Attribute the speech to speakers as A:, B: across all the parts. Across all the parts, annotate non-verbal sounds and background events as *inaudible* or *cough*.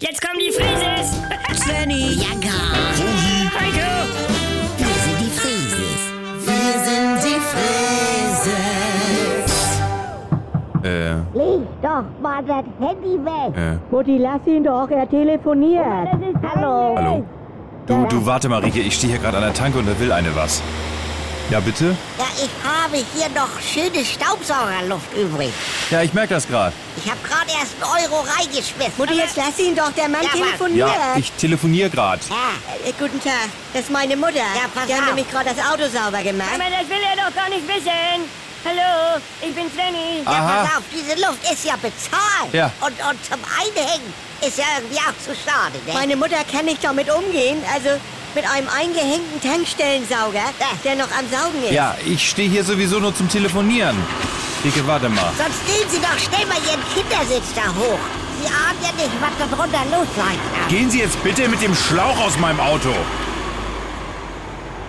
A: Jetzt kommen die Frises! *laughs*
B: Svenny,
C: Ja, gar.
A: Heiko!
C: Wir sind die Frieses. Wir sind die Frieses.
D: Äh,
E: Leg doch mal das Handy weg.
D: äh,
F: Mutti, lass ihn doch, er telefoniert.
E: Hallo.
D: hallo? Du, du, warte, Marike, ich stehe hier gerade an der Tanke und da will eine was. Ja, bitte?
C: Ja, ich habe hier noch schöne Staubsaugerluft übrig.
D: Ja, ich merke das gerade.
C: Ich habe gerade erst einen Euro reingeschmissen.
B: Mutti, jetzt lass ihn doch, der Mann
C: Ja, Mann.
B: telefoniert.
D: Ja, ich telefoniere gerade.
C: Ja,
B: Äh, guten Tag, das ist meine Mutter.
C: Ja, pass
B: Die haben
C: auf.
B: nämlich gerade das Auto sauber gemacht.
A: Aber das will er doch gar nicht wissen! Hallo, ich bin Svenny.
C: ja
D: Aha.
C: pass auf, diese Luft ist ja bezahlt.
D: Ja.
C: Und, und zum Einhängen ist ja irgendwie auch zu schade, ne?
B: Meine Mutter kann nicht damit umgehen, also mit einem eingehängten Tankstellensauger, der noch am Saugen ist.
D: Ja, ich stehe hier sowieso nur zum Telefonieren. Rike, warte mal.
C: Sonst nehmen Sie doch schnell mal Ihren Kindersitz da hoch. Sie ahnen ja nicht, was da drunter los sein kann.
D: Gehen Sie jetzt bitte mit dem Schlauch aus meinem Auto.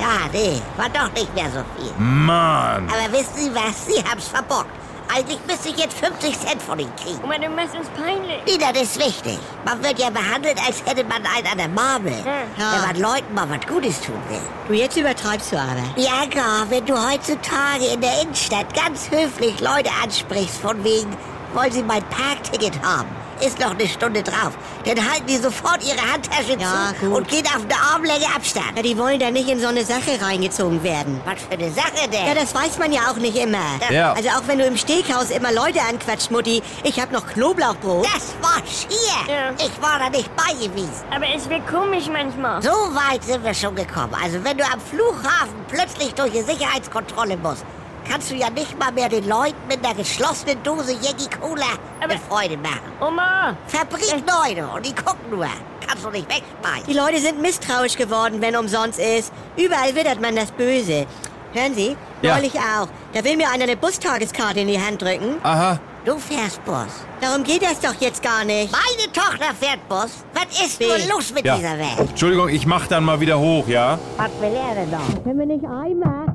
C: Ja, nee, war doch nicht mehr so viel.
B: Hm.
D: Mann.
C: Aber wissen Sie was? Sie haben's verbockt. Eigentlich müsste ich jetzt 50 Cent von Ihnen kriegen.
A: Oma, du machst uns peinlich.
C: Wieder, das ist wichtig. Man wird ja behandelt, als hätte man einen an der Marmel. Wenn man Leuten mal was Gutes tun will.
B: Du, jetzt übertreibst du aber.
C: Bianca, wenn du heutzutage in der Innenstadt ganz höflich Leute ansprichst, von wegen, wollen sie mein Parkticket haben? Ist noch eine Stunde drauf. Dann halten die sofort ihre Handtasche
B: Ja,
C: zu
B: gut.
C: und gehen auf eine Armlänge Abstand.
B: Ja, die wollen da nicht in so eine Sache reingezogen werden.
C: Was für eine Sache denn?
B: Ja, das weiß man ja auch nicht immer.
D: Ja.
B: Also auch wenn du im Steghaus immer Leute anquatscht, Mutti, ich hab noch Knoblauchbrot.
C: das war schier.
A: Ja.
C: Ich war da nicht beigewiesen.
A: Aber es wird komisch manchmal.
C: So weit sind wir schon gekommen. Also wenn du am Flughafen plötzlich durch die Sicherheitskontrolle musst, kannst du ja nicht mal mehr den Leuten mit einer geschlossenen Dose Jeggi Cola eine
A: Aber-
C: Freude machen.
A: Oma!
C: Fabrik Leute und die gucken nur. Kannst du nicht wegschmeißen.
B: Die Leute sind misstrauisch geworden, wenn umsonst ist. Überall wittert man das Böse. Hören Sie,
D: Ja.
B: neulich auch. Da will mir einer eine Bustageskarte in die Hand drücken.
D: Aha.
C: Du fährst Bus.
B: Darum geht das doch jetzt gar nicht.
C: Meine Tochter fährt Bus. Was ist
B: Nee.
C: nur los mit
D: Ja.
C: dieser Welt?
D: Entschuldigung, ich mach dann mal wieder hoch, ja?
C: Was will er denn noch?
B: Können wir nicht einmal